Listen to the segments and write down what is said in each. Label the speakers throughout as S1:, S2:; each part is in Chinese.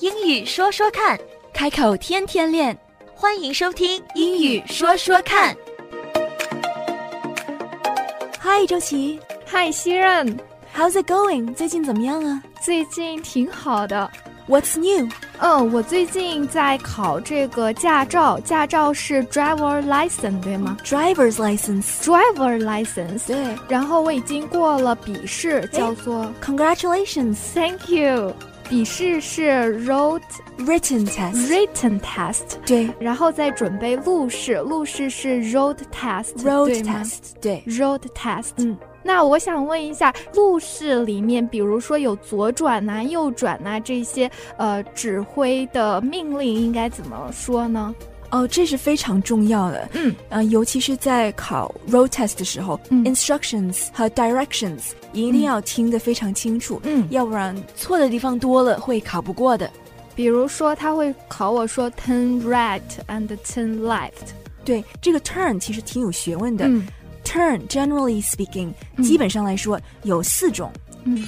S1: 英语说说看，
S2: 开口天天练。
S1: 欢迎收听《英语说说看》。
S2: 嗨，周琦
S3: 嗨，西任，
S2: ，How's it going？最近怎么样啊
S3: 最近挺好的。
S2: ？What's new？
S3: 嗯，我最近在考这个驾照，驾照是 driver license 对吗
S2: Driver's license。
S3: ？driver license。
S2: 对
S3: 然后我已经过了笔试，叫做
S2: ，Congratulations。
S3: Thank you。笔试是 road
S2: Written test。
S3: written test，
S2: 对
S3: 然后再准备路试，路试是 road test。
S2: ，Road
S3: 对吗
S2: test。对，
S3: road test。
S2: 嗯，
S3: 那我想问一下，路试里面，比如说有左转呐、右转呐、这些呃指挥的命令应该怎么说呢？
S2: 哦，这是非常重要的。
S3: 嗯，
S2: 呃，尤其是在考 road test 的时候、
S3: 嗯
S2: i n s t r u c t i o n s 和 directions 一定要听得非常清楚，
S3: 嗯，
S2: 要不然错的地方多了会考不过的。
S3: 比如说他会考我说 turn right and turn left。
S2: 对，这个 turn 其实挺有学问的。
S3: 嗯
S2: turn generally speaking，、
S3: 嗯
S2: 基本上来说有四种，
S3: 嗯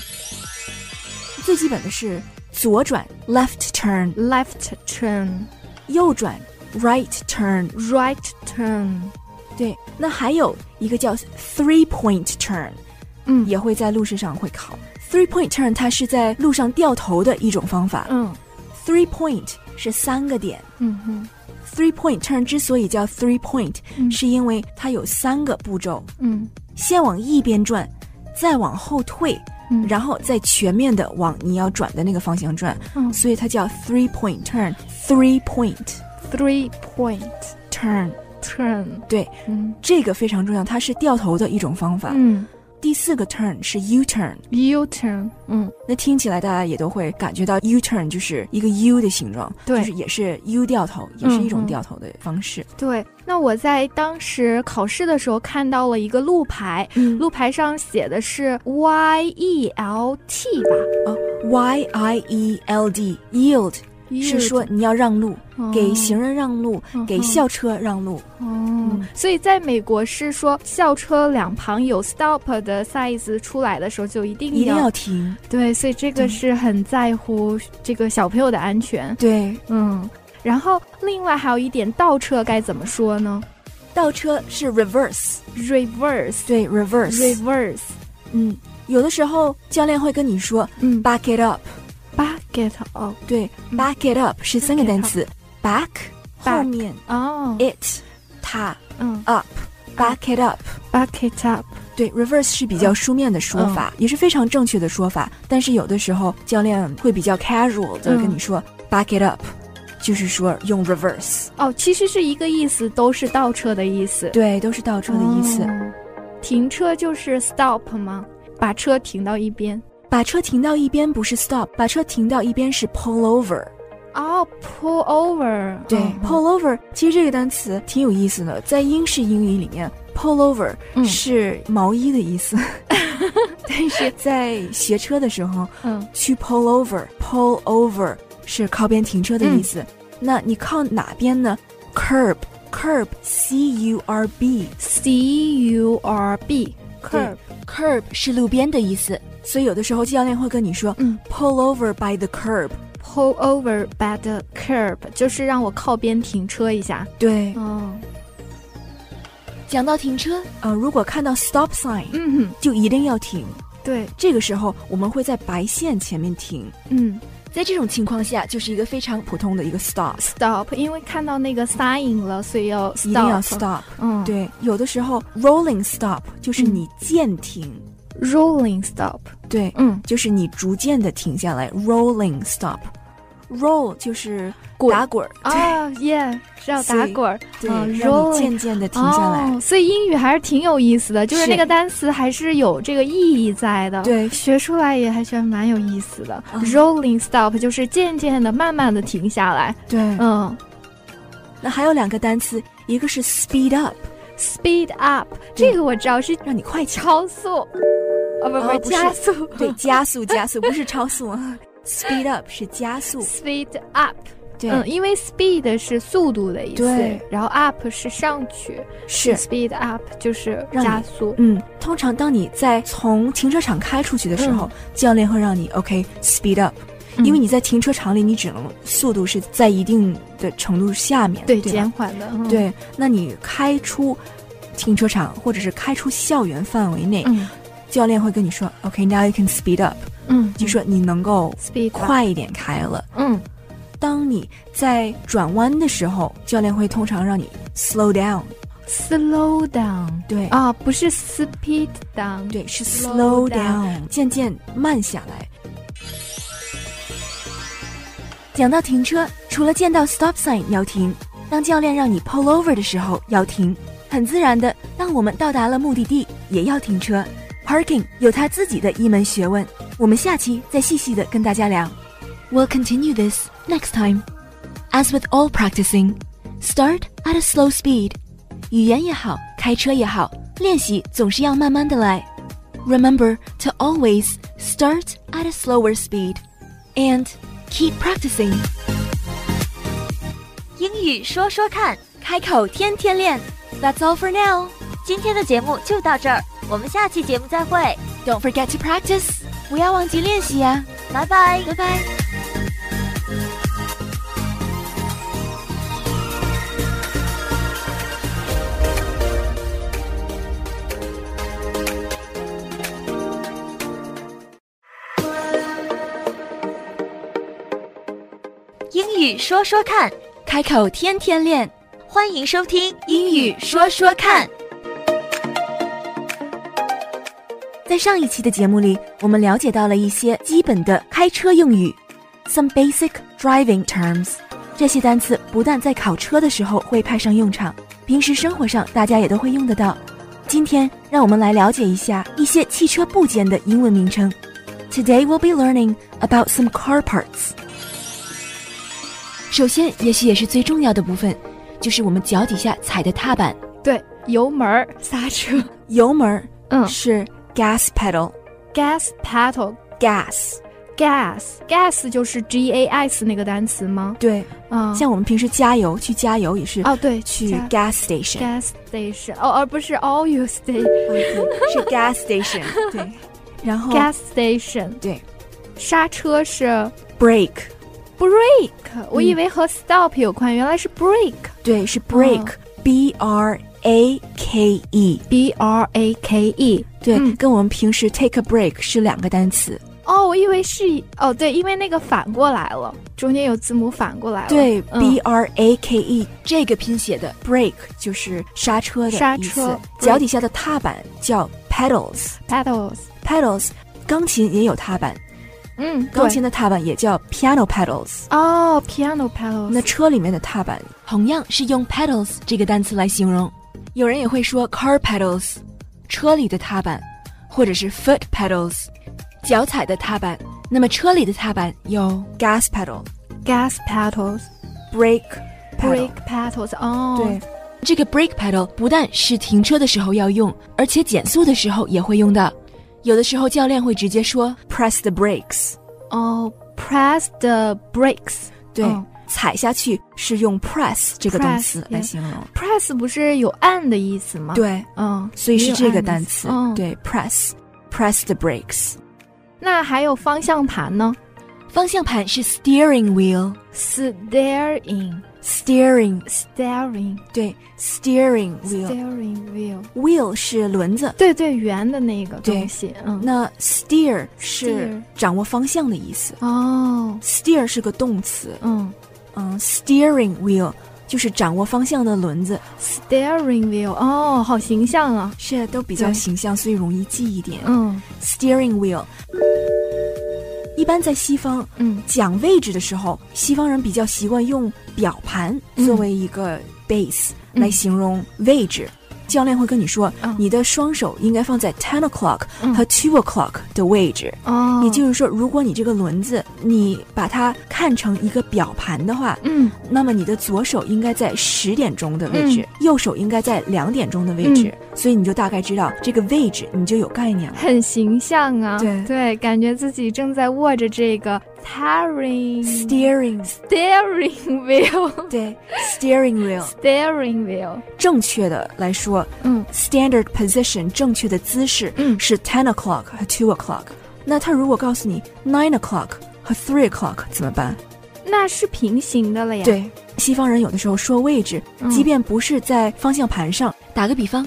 S2: 最基本的是左转 left turn，
S3: ，left turn,
S2: 右转 right turn。
S3: right turn。
S2: 对，那还有一个叫 three point turn，
S3: 嗯
S2: 也会在路试上会考。three point turn 它是在路上掉头的一种方法。
S3: 嗯
S2: three point 是三个点。
S3: 嗯哼
S2: three point turn 之所以叫 three point，、
S3: 嗯
S2: 是因为它有三个步骤：
S3: 嗯
S2: 先往一边转，再往后退，
S3: 嗯，
S2: 然后再全面的往你要转的那个方向转，
S3: 嗯
S2: 所以它叫 three point turn。three point
S3: three point
S2: turn，
S3: turn。
S2: 对，
S3: 嗯
S2: 这个非常重要，它是掉头的一种方法。
S3: 嗯
S2: 第四个 turn 是 U turn，
S3: ，U turn。嗯
S2: 那听起来大家也都会感觉到 U turn 就是一个 U 的形状，
S3: 对
S2: 就是也是 U 掉头，也是一
S3: 嗯
S2: 种
S3: 嗯
S2: 掉头的方式。
S3: 对，那我在当时考试的时候看到了一个路牌，
S2: 嗯
S3: 路牌上写的是 Y E L T 吧，
S2: 呃 Y I E L D yield 是说你要让路，给行
S3: 人、
S2: 人让路，给校嗯车让路。
S3: 哦。嗯所以在美国是说校车两旁有 stop 的 size 出来的时候就一定要
S2: 一定要停，
S3: 对，所以这个
S2: 对
S3: 是很在乎这个小朋友的安全。
S2: 对，
S3: 嗯，然后另外还有一点倒车该怎么说呢
S2: 倒车是 reverse，
S3: ？reverse
S2: 对 reverse，
S3: reverse
S2: 嗯，有的时候教练会跟你说
S3: 嗯
S2: back it up，
S3: ，bucket up
S2: 对
S3: 嗯
S2: ，back it up 是三个
S3: Back it
S2: 单
S3: up
S2: 词，back 后
S3: Back
S2: 面
S3: 哦，
S2: it 它
S3: 嗯
S2: back it up。
S3: bucket up。
S2: 对，reverse 是比较
S3: 嗯
S2: 书面的说法，也是非常正确的说法。但是有的时候教练会比较 casual 的
S3: 嗯
S2: 跟你说、back it up，就是说用 reverse，
S3: 哦，其实是一个意思，都是倒车的意思。
S2: 对，都是倒车的意思。
S3: 哦停车就是 stop 吗？把车停到一边。
S2: 把车停到一边不是 stop，把车停到一边是 pull over。
S3: 哦、p u l l over 嗯。
S2: 对、p u l l over 其实这个单词挺有意思的，在英式英语里面，pull over
S3: 嗯
S2: 是毛衣的意思， 但是在学车的时候，
S3: 嗯
S2: 去 pull over，pull over 是靠边停车的意思。那你靠哪边呢？curb，curb，c u r b，curb
S3: ，c u r b curb。
S2: 是路边的意思。所以有的时候教练会跟你说
S3: 嗯
S2: pull over by the curb。
S3: ，pull over by the curb 就是让我靠边停车一下。
S2: 对，
S3: 哦，
S2: 讲到停车，呃，如果看到 stop sign，
S3: 嗯哼，
S2: 就一定要停。
S3: 对，
S2: 这个时候我们会在白线前面停。
S3: 嗯
S2: 在这种情况下，就是一个非常普通的一个 stop，
S3: ，stop，因为看到那个 sign 了，所以要 stop。
S2: 一定要 stop。
S3: 嗯，
S2: 对，有的时候 rolling stop 就是
S3: 嗯
S2: 你渐停，
S3: ，rolling stop。
S2: 对，
S3: 嗯，
S2: 就是你逐渐的停下来，rolling stop。roll 就是
S3: 滚
S2: 打滚儿，
S3: 啊耶，是要打
S2: 所以
S3: 滚儿。
S2: 对，
S3: 啊
S2: 让你
S3: ，rolling
S2: 渐渐的停下来。
S3: 哦，所以英语还是挺有意思的，就是
S2: 是
S3: 那个单词还是有这个意义在的。。
S2: 对，
S3: 学出来也还觉得蛮有意思的、
S2: 嗯
S3: r o l l i n g stop 就是渐渐的、慢慢的停下来。
S2: 对、
S3: 嗯
S2: 那还有两个单词，一个是 speed up，
S3: ，speed up
S2: 对
S3: 这个我知道是
S2: 让你快起来，
S3: 超速，哦不
S2: 哦
S3: 不
S2: 不是
S3: 加速，
S2: 对，加速，加速不是超速啊，speed up 是加速，
S3: ，speed up，
S2: 对，
S3: 嗯，因为 speed 是速度的意思
S2: 对，
S3: 然后 up 是上去
S2: 是。
S3: ，speed up 就是
S2: 让你
S3: 加速。
S2: 嗯，通常当你在从停车场开出去的时候，教练会让你 OK speed up，
S3: 嗯
S2: 因为你在停车场里，你只能速度是在一定的程度下面，
S3: 对，
S2: 对吧
S3: 减缓的，嗯，
S2: 对，那你开出停车场或者是开出校园范围内，
S3: 嗯
S2: 教练会跟你说，OK，now、you can speed up，
S3: 嗯，
S2: 就说你能够
S3: speed 吧，
S2: 快一点开了。
S3: 嗯
S2: 当你在转弯的时候，教练会通常让你 slow down，
S3: ，slow down
S2: 对，
S3: 啊，不是 speed down，
S2: 对，是 slow
S3: slow
S2: down，渐渐慢下来。讲到停车，除了见到 stop sign 要停，当教练让你 pull over 的时候要停，很自然的，当我们到达了目的地也要停车。Parking 有它自己的一门学问，我们下期再细细的跟大家聊。
S1: We'll continue this next time. As with all practicing, start at a slow speed.
S2: 语言也好，开车也好，练习总是要慢慢的来。Remember to always start at a slower speed and keep practicing.
S1: 英语说说看，
S2: 开口天天练。That's all for now.
S1: 今天的节目就到这儿，我们下期节目再会，
S2: Don't forget to practice. 不要忘记练习呀、
S1: 拜拜，拜拜。英语说说看，
S2: 开口天天练。
S1: 欢迎收听《英语说说看》。
S2: 在上一期的节目里，我们了解到了一些基本的开车用语，some basic driving terms。这些单词不但在考车的时候会派上用场，平时生活上大家也都会用得到。今天，让我们来了解一下一些汽车部件的英文名称。Today we'll be learning about some car parts。首先，也许也是最重要的部分，就是我们脚底下踩的踏板。
S3: 对，油门儿、刹车，
S2: 油门儿
S3: 嗯
S2: 是 gas pedal。
S3: ，gas pedal。
S2: gas，
S3: gas gas 就是 g a s 那个单词吗？
S2: 对，
S3: 啊、
S2: 像我们平时加油去加油也是
S3: 哦对，
S2: 去
S3: 加
S2: gas station，
S3: gas station 哦，而不是 all you station
S2: 哦对是 gas station，对， 然后
S3: gas station
S2: 对
S3: 刹车是
S2: brake，
S3: brake，我以为和 stop 有关，原来是 brake
S2: 对是 brake，b r a k e，
S3: b r a k e。
S2: 对
S3: 嗯，
S2: 跟我们平时 take a break 是两个单词，
S3: 哦，我以为是哦，对，因为那个反过来了，中间有字母反过来了。
S2: 对
S3: 嗯
S2: ，b r a k e 这个拼写的 brake 就是刹车
S3: 刹
S2: 的意思
S3: 车，
S2: 脚底下的踏板叫 pedals，pedals。
S3: pedals，
S2: 钢琴也有踏板，
S3: 嗯，
S2: 钢
S3: 对
S2: 琴的踏板也叫 piano pedals。
S3: 哦，piano pedals，
S2: 那车里面的踏板同样是用 pedals 这个单词来形容。有人也会说 car pedals，车里的踏板，或者是 foot pedals，脚踩的踏板。那么车里的踏板有 gas pedal、
S3: gas pedals。
S2: brake pedal。
S3: brake pedals 哦，
S2: 对，，这个 brake pedal 不但是停车的时候要用，而且减速的时候也会用到。有的时候教练会直接说 press the brakes，
S3: 哦，press the brakes，
S2: 对，
S3: 哦
S2: 踩下去是用 press 这个动
S3: Press，
S2: 词来
S3: yeah
S2: 形容。
S3: press 不是有按的意思吗？，
S2: 对，
S3: 嗯，
S2: 所以是这个单
S3: 也
S2: 词，
S3: 有按的意思。
S2: 对
S3: 嗯，
S2: ，press press the brakes。
S3: 那还有方向盘呢
S2: 方向盘是 steering wheel，steering
S3: ？steering steering
S2: 对 steering wheel
S3: steering wheel，
S2: wheel 是轮子，
S3: 对对，圆的那个东西，嗯，
S2: 那 steer 是
S3: Steer
S2: 掌握方向的意思。
S3: 哦，
S2: steer 是个动词，
S3: 嗯
S2: 嗯，steering wheel 就是掌握方向的轮子，
S3: ，steering wheel，哦，好形象啊，
S2: 是都比较
S3: 对
S2: 形象，所以容易记一点。
S3: 嗯
S2: steering wheel 一般在西方
S3: 嗯
S2: 讲位置的时候，西方人比较习惯用表盘
S3: 嗯
S2: 作为一个 base、
S3: 嗯
S2: 来形容位置。教练会跟你说，
S3: 嗯
S2: 你的双手应该放在 ten o'clock
S3: 嗯
S2: 和 two o'clock 的位置。
S3: 哦，
S2: 也就是说，如果你这个轮子你把它看成一个表盘的话，
S3: 嗯
S2: 那么你的左手应该在十点钟的位置，右手应该在两点钟的位置，所以你就大概知道这个位置，你就有概念了。
S3: 很形象啊，
S2: 对
S3: 感觉自己正在握着这个 steering
S2: Steering，
S3: steering wheel
S2: 对，steering wheel，
S3: steering wheel，
S2: 正确的来说，
S3: 嗯
S2: standard position 正确的姿势
S3: 嗯
S2: 是 ten o'clock 和 two o'clock。那他如果告诉你 nine o'clock，和 three o'clock 怎么办？
S3: 那是平行的了呀。，
S2: 对，西方人有的时候说位置，
S3: 嗯
S2: 即便不是在方向盘上，
S1: 打个比方，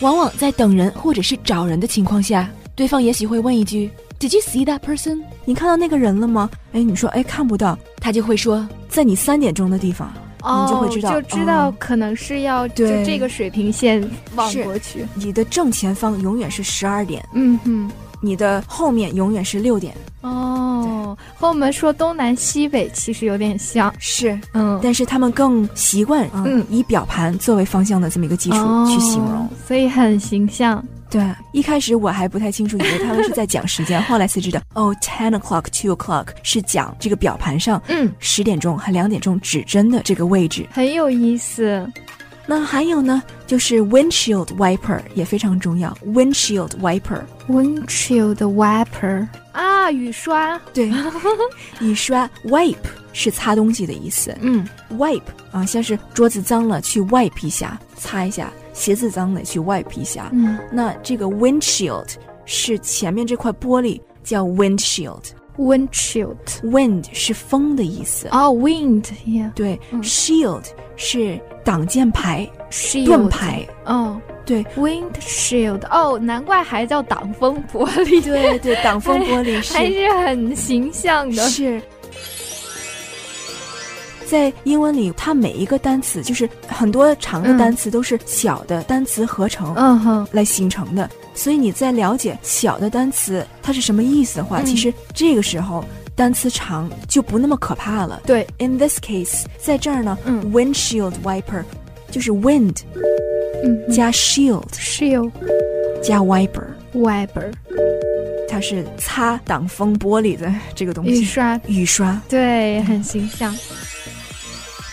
S1: 往往在等人或者是找人的情况下，对方也许会问一句 “Did you see that person？”
S2: 你看到那个人了吗？哎，你说哎看不到，
S1: 他就会说
S2: 在你三点钟的地方，
S3: 哦，
S2: 你就会知道
S3: 就知道
S2: 哦
S3: 可能是要就
S2: 对
S3: 这个水平线往
S2: 是
S3: 过去。
S2: 你的正前方永远是十二点，
S3: 嗯哼。
S2: 你的后面永远是六点。
S3: 哦，和我们说东南西北其实有点像，
S2: 是，
S3: 嗯，
S2: 但是他们更习惯嗯
S3: 嗯
S2: 以表盘作为方向的这么一个基础去形容。
S3: 哦，所以很形象。
S2: 对，一开始我还不太清楚，以为他们是在讲时间，后来才知道，哦，ten o'clock, two o'clock 是讲这个表盘上
S3: 嗯，
S2: 十点钟和两点钟指针的这个位置。
S3: 很有意思。
S2: 那还有呢，就是 windshield wiper 也非常重要，windshield wiper。
S3: Windshield wiper 啊，雨刷。
S2: 对，你刷 wipe 是擦东西的意思
S3: 嗯，
S2: ，wipe 啊，像是桌子脏了去 wipe 一下，擦一下；鞋子脏了去 wipe 一下。
S3: 嗯
S2: 那这个 windshield 是前面这块玻璃叫 windshield。
S3: ，windshield。
S2: Wind 是风的意思，
S3: 哦，wind 呀
S2: 对、
S3: 嗯
S2: s h i e l d 是挡箭牌、
S3: ，shield。
S2: 盾。牌，
S3: 哦，
S2: 对
S3: windshield。哦，难怪还叫挡风玻璃。
S2: 对对，挡风玻璃
S3: 还
S2: 是
S3: 是很形象的。
S2: 是。在英文里，它每一个单词就是很多长的
S3: 嗯
S2: 单词都是小的单词合成
S3: 嗯哼，
S2: 来形成的，所以你在了解小的单词它是什么意思的话，
S3: 嗯
S2: 其实这个时候单词长就不那么可怕了。
S3: 对，
S2: In this case，在这儿呢、
S3: 嗯
S2: w i n d s h i e l d wiper 就是 wind
S3: 嗯哼
S2: 加 shield
S3: ，shield
S2: 加 wiper，
S3: wiper
S2: 它是擦挡风玻璃的这个东
S3: 雨
S2: 西。
S3: 刷。
S2: 雨刷，
S3: 对，很形象。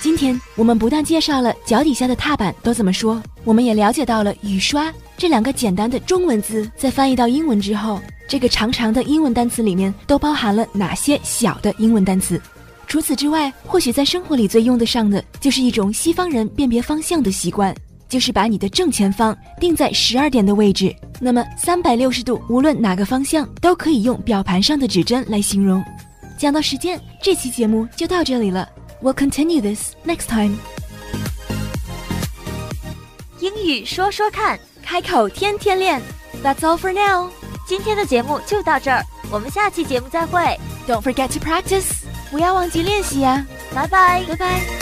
S1: 今天我们不但介绍了脚底下的踏板都怎么说，我们也了解到了雨刷这两个简单的中文字在翻译到英文之后，这个长长的英文单词里面都包含了哪些小的英文单词。除此之外，或许在生活里最用得上的就是一种西方人辨别方向的习惯，就是把你的正前方定在十二点的位置，那么三百六十度无论哪个方向都可以用表盘上的指针来形容。讲到时间，这期节目就到这里了。We'll continue this next time.
S4: 英语说说看。
S1: 开口天天练。That's all for now.
S4: 今天的节目就到这儿，我们下期节目再会，
S1: Don't forget to practice. 不要忘记练习呀、
S4: 拜拜。
S1: 拜拜。